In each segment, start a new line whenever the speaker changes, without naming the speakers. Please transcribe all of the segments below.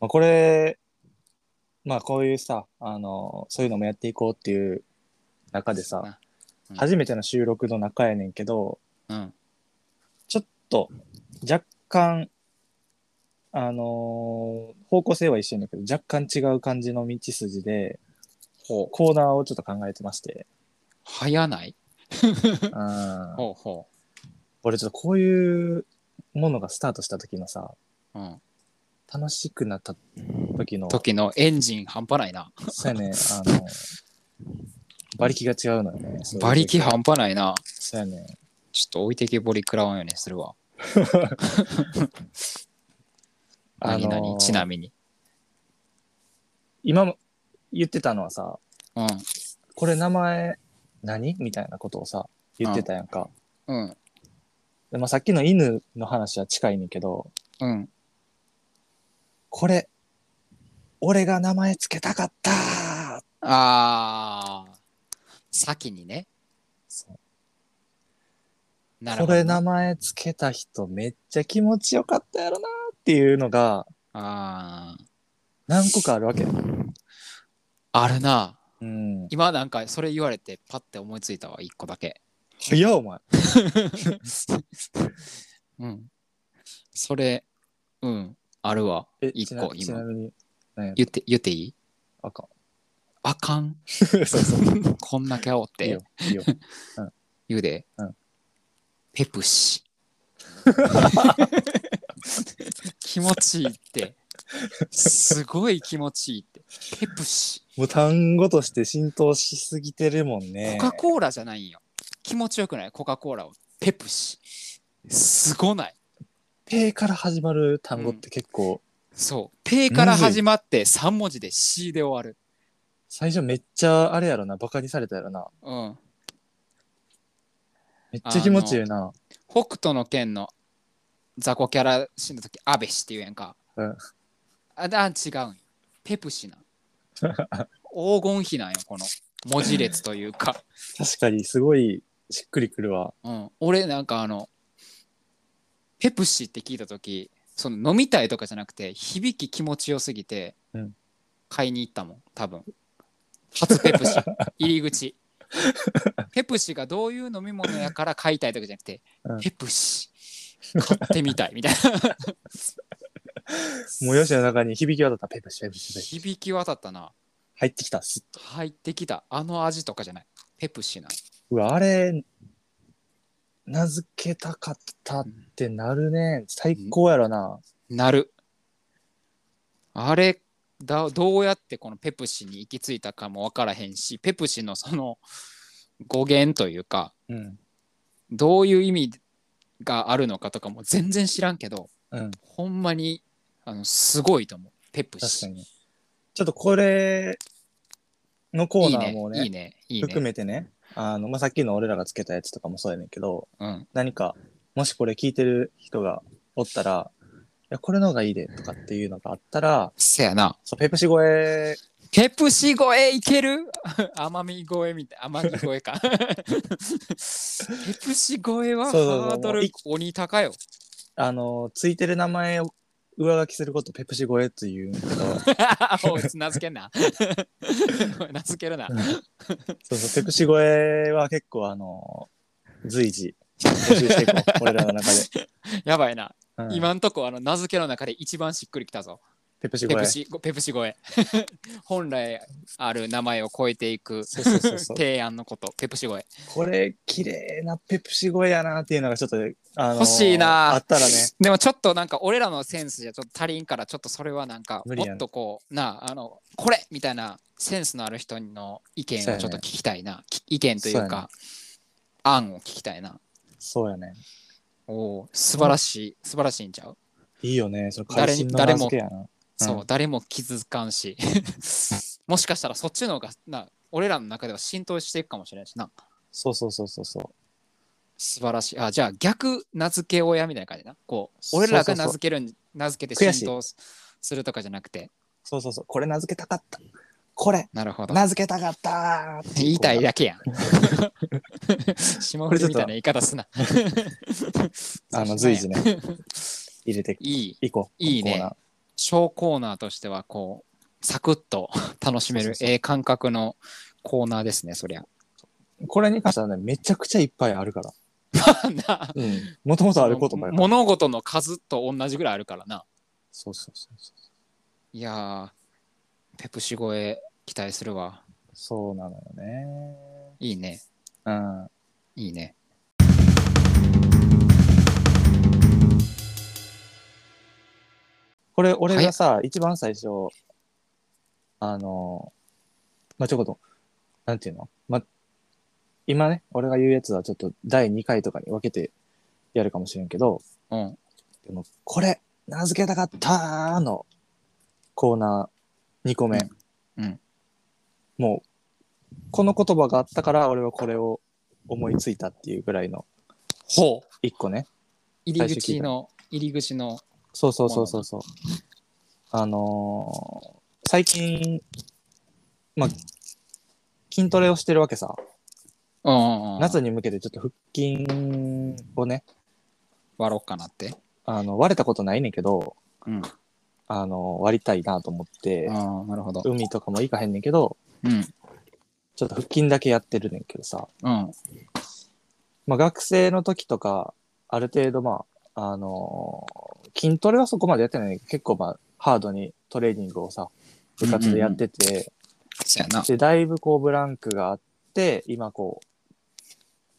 まあ、これ、まあこういうさ、あの、そういうのもやっていこうっていう中でさ、
うん
初めての収録の中やねんけど、
うん。
ちょっと若干、あのー方向性は一緒やねんだけど、若干違う感じの道筋で、
ほう。
コーナーをちょっと考えてまして、
はやない
うん、
ほうほ
俺ちょっとこういうものがスタートした時のさ、
う。うん。
楽しくなった時の、
時のエンジン半端ないな。
そうやねん、あの、馬力が違うのよね。そういう時
馬力半端ないな。
そうやねん。
ちょっと置いてけぼり食らわんようにするわ。
あのー
何々、ちなみに。
今も言ってたのはさ、
うん。
これ名前何みたいなことをさ、言ってたやんか。
うん。
でまあ、さっきの犬の話は近いねんけど、
うん。
これ、俺が名前つけたかったー
あー。先にね。
そう
なる
こ
ほどね。
れ名前つけた人めっちゃ気持ちよかったやろなーっていうのが
あー。
何個かあるわけ。
あるな。
うん。
今なんかそれ言われてパッて思いついたわ、一個 だけ。
いや、お前。
うん。それ、うん。あるわ。
え
一個
ちなちなみに、ね、
言って、言っていい
あかん。
あかん。
そうそう。
こんだけ煽っ
いいよ
て。。
いいよ。
言うで。
うん
ペプシ。気持ちいいって。すごい気持ちいいって。ペプシ。
もう単語として浸透しすぎてるもんね
コ。カ・コーラじゃないんよ。気持ちよくないコカ・コーラを。ペプシ。すごない。
ペーから始まる単語って結構、
そう。ペーから始まって3文字で C で終わる。
最初めっちゃあれやろな、バカにされたやろな。
うん。
めっちゃ気持ちいいな。
北斗の剣の雑魚キャラ死んだ時安倍氏って言うやんか、
うん
あだ違うんよペプシなん黄金比なんよこの文字列というか、
確かにすごいしっくりくるわ。
うん、俺なんかあのペプシって聞いた時その飲みたいとかじゃなくて響き気持ちよすぎて、
うん
買いに行ったもん多分初ペプ シ入り口ペプシがどういう飲み物やから買いたいとかじゃなくて、
うん
ペプシ買ってみたいみたいな
もうよしの中に響き渡ったペプシ、ペプシ、ペプシ。
響き渡ったな
入ってきた、スッと。
入ってきたあの味とかじゃないペプシな
うわ、あれ、名付けたかったってなるね。最高やろな。
なるあれだどうやってこのペプシに行き着いたかも分からへんしペプシのその語源というか
うん。
どういう意味があるのかとかも全然知らんけど
うん。
ほんまにあのすごいと思うペプ
確か
シ
に。ちょっとこれのコーナーもね、
いいねいいねいいね
含めてね、あの、まあ、さっきの俺らがつけたやつとかもそうやねんけど、
うん
何か、もしこれ聞いてる人がおったら、いや、これの方がいいでとかっていうのがあったら、
せやな
そう、ペプシ越え、
ペプシ越えいける 甘み越えみたい甘み越えか ペプシ越え
そ
は
うそうそう
ハード
もう
ル
い
鬼高よ
あの、ついてる名前を上書きすること、ペプシ越えって言うんだけど、
おい名付けんな 名付けるな
そうそう、ペプシ越えは結構、あの、随時、募集していこう、俺らの中で。
やばいな、
うん、
今んとこあの名付けの中で一番しっくりきたぞ
ペプシ越
ペ
え
プ。シペプシ越え 本来ある名前を超えていく
そうそうそうそう
提案のことペプシ越え
これ、綺麗なペプシ越えやなっていうのがちょっと、あの
欲しいな
あったらね、
でもちょっとなんか俺らのセンスじゃちょっと足りんからちょっとそれはなんか
無
も
理やな
っとこうなああのこれみたいなセンスのある人の意見
そうや
を
ね
ちょっと聞きたいな、き意見とい
そう
う
やね
か案を聞きたいな
そうやね。
おー素晴らしい素晴らしいんちゃう、
いいよね、それ、
誰
会
に
心の名付けやな。
そうう誰も傷つかんし もしかしたらそっちの方がな俺らの中では浸透していくかもしれないしな
そうそうそうそうそう。
素晴らしいあじゃあ逆名付け親みたいな感じなこう俺らが名付けるん名付け
悔
て
しい
浸透すするとかじゃなくて
そうそうそう。これ名付けたかった。これ
なるほど
名付けたかったーって
言いたいだけやん。 下降りみたいな言い方すな。
あの随時ね、入れて
い い、
いこう。
いいね
このコーナー
小コーナーとしてはこうサクッと楽しめ
そ
る
うそうそう
ええ感覚のコーナーですねそりゃ。
これに関してはね、めちゃくちゃいっぱいあるから。
な
もとも とあることもあるから。
物事の数と同じぐらいあるからな。
そうそうそうそう。
いやーペプシ超え期待するわ。
そうなのよね。
いいね
うん。
いいね。
これ、俺がさ、一番最初、あの、まあ、ちょっと、なんていうのまあ、今ね、俺が言うやつはちょっと第2回とかに分けてやるかもしれんけど、
うん。
でも、これ、名付けたかったーのコーナー2個目。
うんうん
もう、この言葉があったから、俺はこれを思いついたっていうぐらいの
ほう
1個ね。
入り口の入り口の
そうそうそうそうそう。あのー最近、まあ、筋トレをしてるわけさ。
うんうんうん
夏に向けてちょっと腹筋をね、
割ろうかなって。
あの割れたことないねんけど、
うん。
あの割りたいなと思って、
ああ、なるほど。
海とかも行かへんねんけど、
うん。
ちょっと腹筋だけやってるねんけどさ。
うん。
まあ、学生の時とか、ある程度まあ、あのー筋トレはそこまでやってないけど、結構まあ、ハードにトレーニングをさ、部活でやってて、
そやな。
でだいぶこうブランクがあって今こ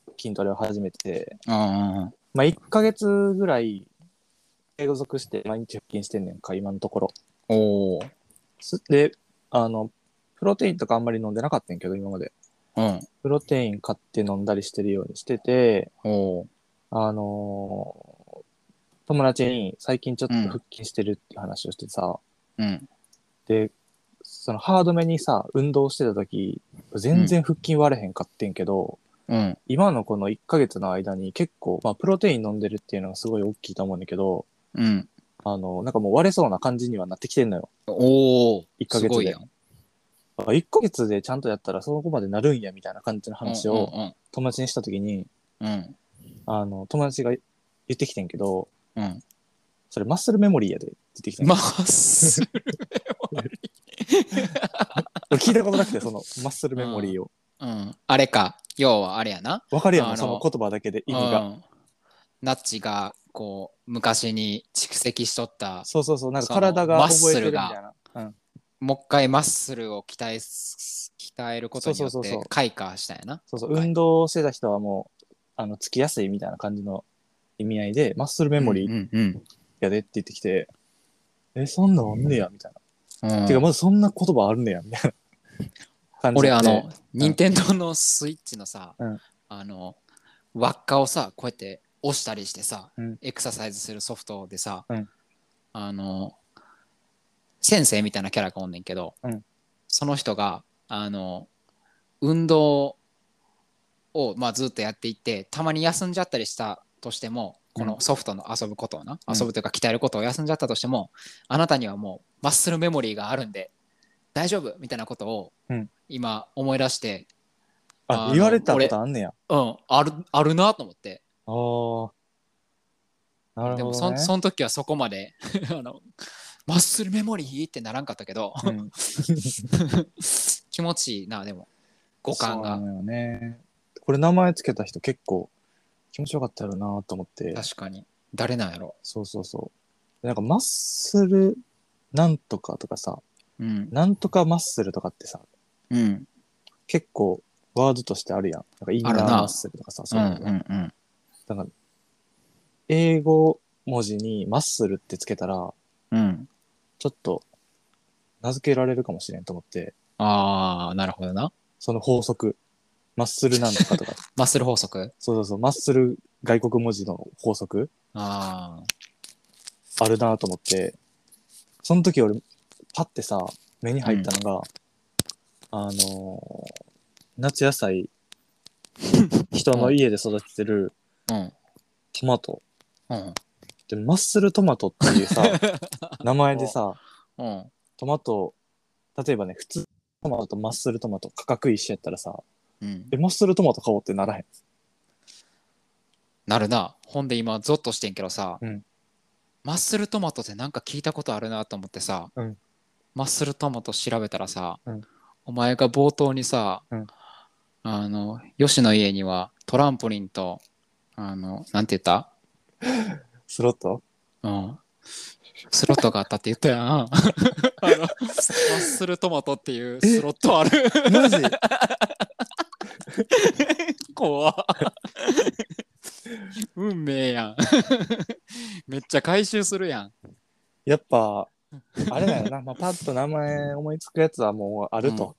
う筋トレを始めて、
うんうんうん。
まあ、1ヶ月ぐらい継続して毎日腹筋してんねんか今のところ
おお。
すであのプロテインとかあんまり飲んでなかったんやけど今まで
うん。
プロテイン買って飲んだりしてるようにしてて
おお。
あのー友達に最近ちょっと
うん
腹筋してるって話をしてさ、
うん。
でそのハードめにさ運動してた時全然腹筋割れへんかってんけど、
うん。
今のこの1ヶ月の間に結構、まあ、プロテイン飲んでるっていうのがすごい大きいと思うんだけど、
うん。
あの、なんかもう割れそうな感じにはなってきてんのよ。
おお。
一ヶ月です
ごいやん。
あ1ヶ月でちゃんとやったらそこまでなるんやみたいな感じの話を
うん
友達にしたときに、
うんうん。
あの、友達が言ってきてんけど、
うん。うん。
それマッスルメモリーやでって言ってきたんよ
まっすぐ。
俺聞いたことなくて、そのマッスルメモリーを。
うん。あれか。要はあれやな。
わかるや
あの
ん、その言葉だけで意味
う
が。
ん。ナッチが、こう、昔に蓄積しとった、
そうそうそう、なんか体が覚えてるみたい
そ
な。うん、
もう一回マッスルを鍛えす、鍛えることによ
そう
っ
そうそうそ
て
う、
開花したやな。
そうそう、運動してた人はもう、あの、つきやすいみたいな感じの意味合いで、マッスルメモリー
うんうん
やでって言ってきて、え、そんなんあんねや、みたいな。
うん。
てか、まずそんな言葉あるねや、みたいな感じ
俺
で
あの、任天堂のスイッチのさ、
うん
あの輪っかをさこうやって押したりしてさ、
うん
エクササイズするソフトでさ、
うん
あの先生みたいなキャラがおんねんけど、
うん
その人があの運動を、まあ、ずっとやっていってたまに休んじゃったりしたとしてもこのソフトの遊ぶことをな、
うん
遊ぶというか鍛えることを休んじゃったとしてもあなたにはもうマッスルメモリーがあるんで大丈夫みたいなことを
うん
今思い出して、あ
あ
の、
言われたことあんねや。
うん、あるあるなと思って、
あーな
で
る
も
ほど、
そ
ね。
その時はそこまで あのマッスルメモリーってならんかったけど
うん
気持ちいいなでも五感
そう
が
なのよね。これ名前つけた人結構気持ちよかったよなと思って。
確かに誰なんやろ、
そうそうそう。なんかマッスルなんとかとかさ、
うん
なんとかマッスルとかってさ、
うん、
結構ワードとしてあるやん。なんかインナー
あるな
マッスルとかさ、そういうのが
んうん
英語文字にマッスルってつけたら、
うん
ちょっと名付けられるかもしれんと思って、
ああなるほどな
その法則、マッスルなんとかと か、
マッスル法則
そうそうそう、マッスル外国文字の法則
あ
あるなと思って、その時俺、パッてさ、目に入ったのが、あのー夏野菜、人の家で育ててる
あうん
トマト。
うん
で、マッスルトマトっていう さ、名前でさ、
うん
トマト、例えばね、普通のトマトとマッスルトマト価格一緒やったらさ、
うん
え、マッスルトマト買おうってならへん。
なるなほんで今ゾッとしてんけどさ、
うん
マッスルトマトってなんか聞いたことあるなと思ってさ、
うん
マッスルトマト調べたらさ、
うん
お前が冒頭にさ、
うん
あの吉の家にはトランポリンとあのなんて言った、
スロット
うん、スロットがあったって言ったやん あのマッスルトマトっていうスロットある
マジ
怖っ運命やん めっちゃ回収するやん
やっぱ、あれだよな。まあ、パッと名前思いつくやつはもうあると。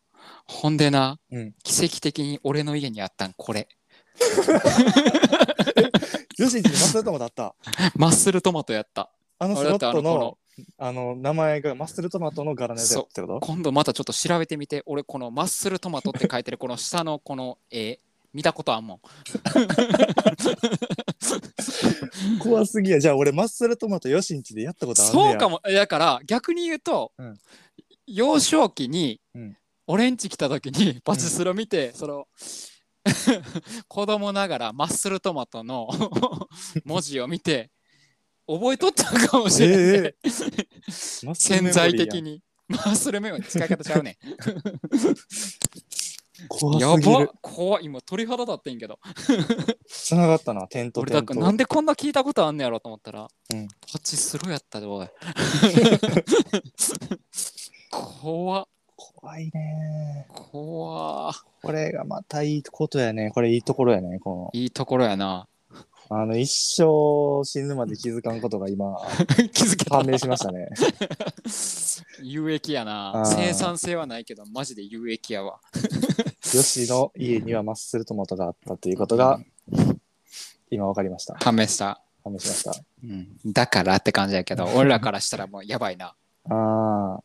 ほんでな、
うん
奇跡的に俺の家にあったんこれ
よし、マスルトマトあった。
マッスルトマトやった
あの
あ
ス
れだ
ロット
ってあの
の
こ、
あの、名前がマッスルトマトの柄のやつやってこ
の
と
今度またちょっと調べてみて俺このマッスルトマトって書いてるこの下のこの絵見たことあんもん
怖すぎや。じゃあ俺、マッスルトマトヨシンチでやったことあるねや。
そうかもえだから逆に言うと、
うん
幼少期に、
うん
俺んち来た時にパチスロ見て、その 子供ながらマッスルトマト の文字を見て覚えとったんかもしれんね、
ええマッスル
潜
メモリーやん
在的に。マッスルメモリー使い方ちゃうねん。や
怖すぎ
ば
る。
怖い。今鳥肌立ってんけど。
つながったな、点と
俺だ
点
か
と。
らなんでこんな聞いたことあんねやろと思ったら、
うん
パチスロやった で、おい。怖っ
怖いね。
怖っ
これがまたいいことやね。これいいところやね。こ
いいところや な。
の、あの、一生死ぬまで気づかんことが今、
気づけた
判。明しましたね。
有益や
あ。
な
ー
生産性はないけど、マジで有益やわ。
ヨシの家にはマッスルトマトがあったということが、今分かりました。
判明した。
判明しました。
うん、だからって感じや けど、俺らからしたらもうやばいな。
ああ、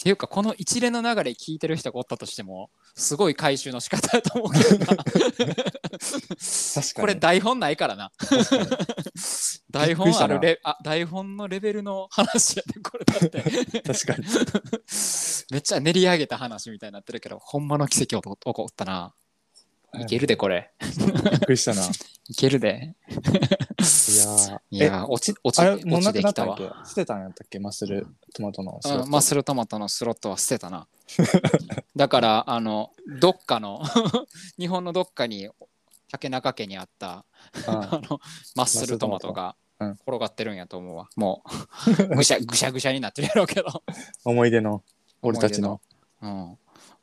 っていうかこの一連の流れ聞いてる人がおったとしてもすごい回収の仕方だと思うけどな
確か
こ
に。
れ台本ないからな
確か
台本あるレあ台本のレベルの話やでこれだって
に。確かに。
めっちゃ練り上げた話みたいになってるけどほんまの奇跡を起こったないけるでこれ
びっくりしたな。い
いけるで
や
い
ー。
やー落ち落
あ
ち
れ、もう
落
な
ち
く
で
な
き
った
た
んや
わ
っけ捨てたんやったっけマッスルトマトのスロッ
う
ト
んマッスルトマトのスロットは捨 てたなだからあのどっかの 日本のどっかに竹中家にあった
あ
あのマッスルトマトが
うん
転がってるんやと思うわ、も うぐしゃぐしゃぐしゃになってるやろうけど
思い出の、俺たちの。
思い出のうん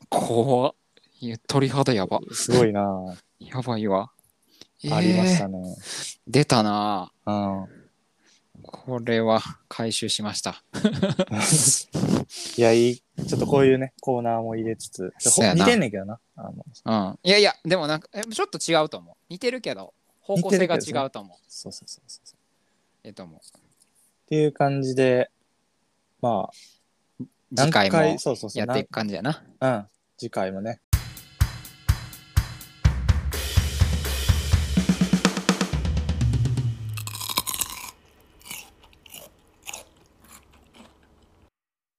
怖っいや鳥肌やば
すごいなあ。
やばいわ
ありまし
え
た
ー
ね。
出たな
うん。
これは回収しました
いや、いい。ちょっとこういうね、コーナーも入れつつ。
そうやな
似てんねんけどな。あの
うんいやいやでもなんかえちょっと違うと思う似てるけど方向性が違うと思う
そうそうそうそう。
ええと思う
っていう感じで、まあ、
次回も
そうそうそう
やっていく感じやな
なんうん、次回もね。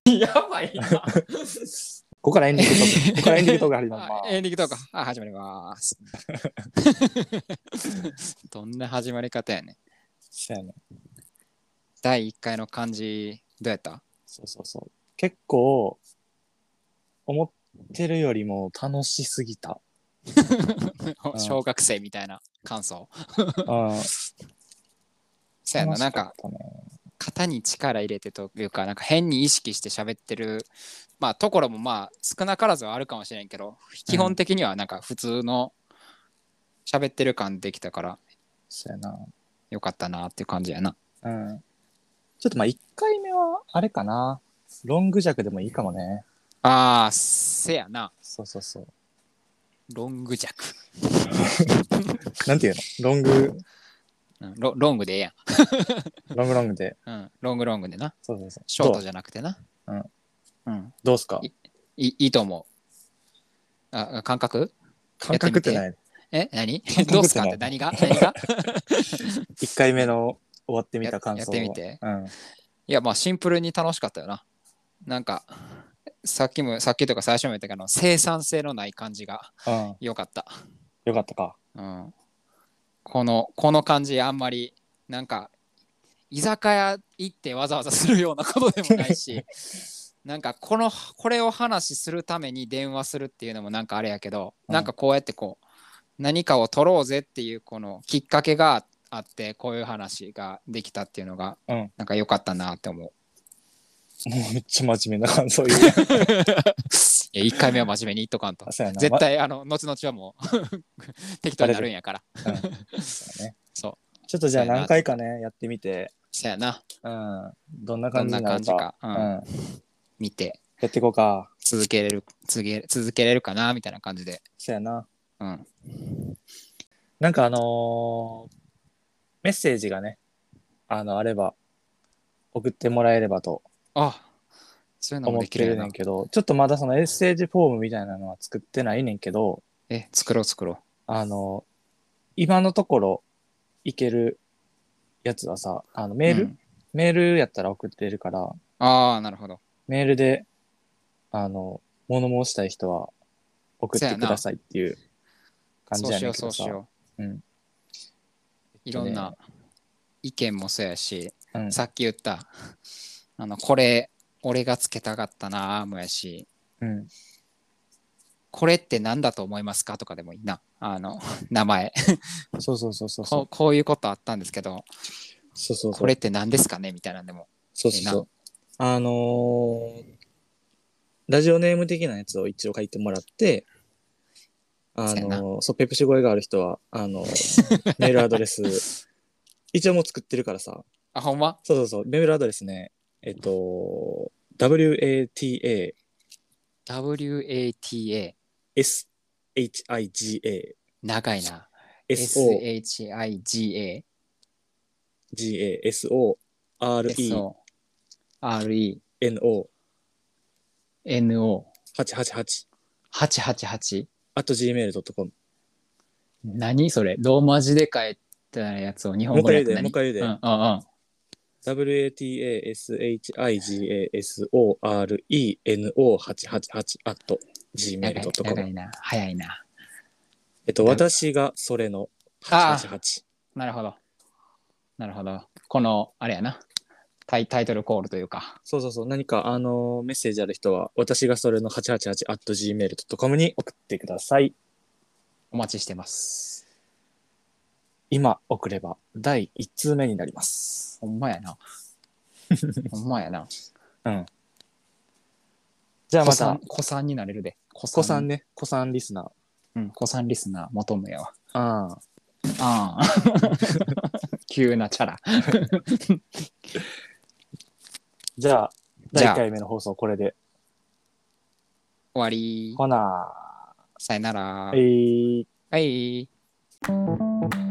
やばいな
ここからエンディングト ーク。ここからエンディングトークあります。
あ エンディングトーク、あ始まり ます。どんな始まり方やねん。
そうやね。
第1回の感じ、どうやった
そうそうそう。結構、思ってるよりも楽しすぎ た。ん
小学生みたいな感想。
うん。
そうやな、なん
楽
か
しったね、
型に力入れてというか、なんか変に意識して喋ってる、まあ、ところもまあ、少なからずはあるかもしれんけど、基本的にはなんか普通の喋ってる感できたから、
そうやな。
よかったなっていう感じやな。
うん。ちょっとまあ、1回目は、あれかな。ロング尺でもいいかもね。
ああ、せやな、
そうそうそう。
ロングジャック。
なんていうのロング、
うんロロングでええやん。
ロングロングで。
うん、ロングロングでな。
そうそうそう。
ショートじゃなくてな。
うん。
うん。
どうっすか
いいいいと思う。あ、感覚
感覚ってない。
え何
覚ってない
どうすかって何が何が
1回目の終わってみた感想を
ややってみて
うん。
いや、まあシンプルに楽しかったよな。なんか、さっきも、さっきとか最初も言ったけど、生産性のない感じが
うん。
良かった。
よかったか。
うん。この、この感じ、あんまり、なんか、居酒屋行ってわざわざするようなことでもな いしなんかこのこれを話しするために電話するっていうのもなんかあれやけど、
うん
なんかこうやってこう何かを取ろうぜっていうこのきっかけがあってこういう話ができたっていうのが、
うん
なんか良かったなって思う。
めっちゃ真面目な感想 言う。
いや1回目は真面目に言っ とかんと
あ。そうやな。
絶対あの後々はもう 適当になるんやから。
そうやね
そう。
ちょっとじゃあ何回かね、やってみて、
そやな。
うん。どんな
ど
感
ん
じ
な
にな
感
る
じ
か。
か。うん
うん。や
見て
っていこうか。
続けれる続け続けれるかなみたいな感じで。
そうやな。
うん。
なんかあのーメッセージがね、あの、あれば、送ってもらえればと
あそういうのも
思っ
でき
て
る
る
よ
ね。
なん
けど、ちょっとまだそのメッセージフォームみたいなのは作ってないねんけど、
え、作ろう作ろう。
あの、今のところいけるやつはさ、あのメール、
うん
メールやったら送ってるから、
ああ、なるほど。
メールで、あの、物申したい人は送ってくださいっていう感
そ
じ
う
やねん
しよう
け
そ
ど
う
さ
し。よう。
うん
いろんな意見もそうやし、
うん
さっき言った、あの、これ、俺がつけたかったなあもやし、
うん。
これって何だと思いますかとかでもいいな。あ の、名前。
そうそうそうそうそ
こう
う。
こういうことあったんですけど、
そうそうそ
こ
う
れ。って何ですかねみたいなんでも。
そうそうそう。あのーラジオネーム的なやつを一応書いてもらって、あ
そうやな
のーそう、ペプシ声がある人は、あの ーメールアドレス、一応もう作ってるからさ、
あ、ほんま
そうそうそう、メールアドレスね、えっと、wata
?WATA。
shiga
長いな。
so
SHIGA。
ga so re
SO。RE。
no
NO。
888
888。
あと gmail.com
何それローマ字で書いてあるやつを日本語で訳何
もう一回言うで
うんうんうん
watatshigasoreno888 at
長い
gmail.com
長いな早いな
えっと私がそれの
あ
888
なるほどなるほどこのあれやなタイタイトルコールというか
そうそうそう何かあのメッセージある人は私がそれの888 at gmail.com に送ってください
お待ちしてます
今送れば第1通目になります
ほんまや なほんまやな
じゃあ
子
ま
さん
た
子さんになれるで子
子さんね子さんリスナー
うん子さんリスナー求むやわ
ああ
あ あ急なチャラ
じゃあ
じ
第
ゃあ
1回目の放送これで
終わり
ほな
さよなら
えー
はい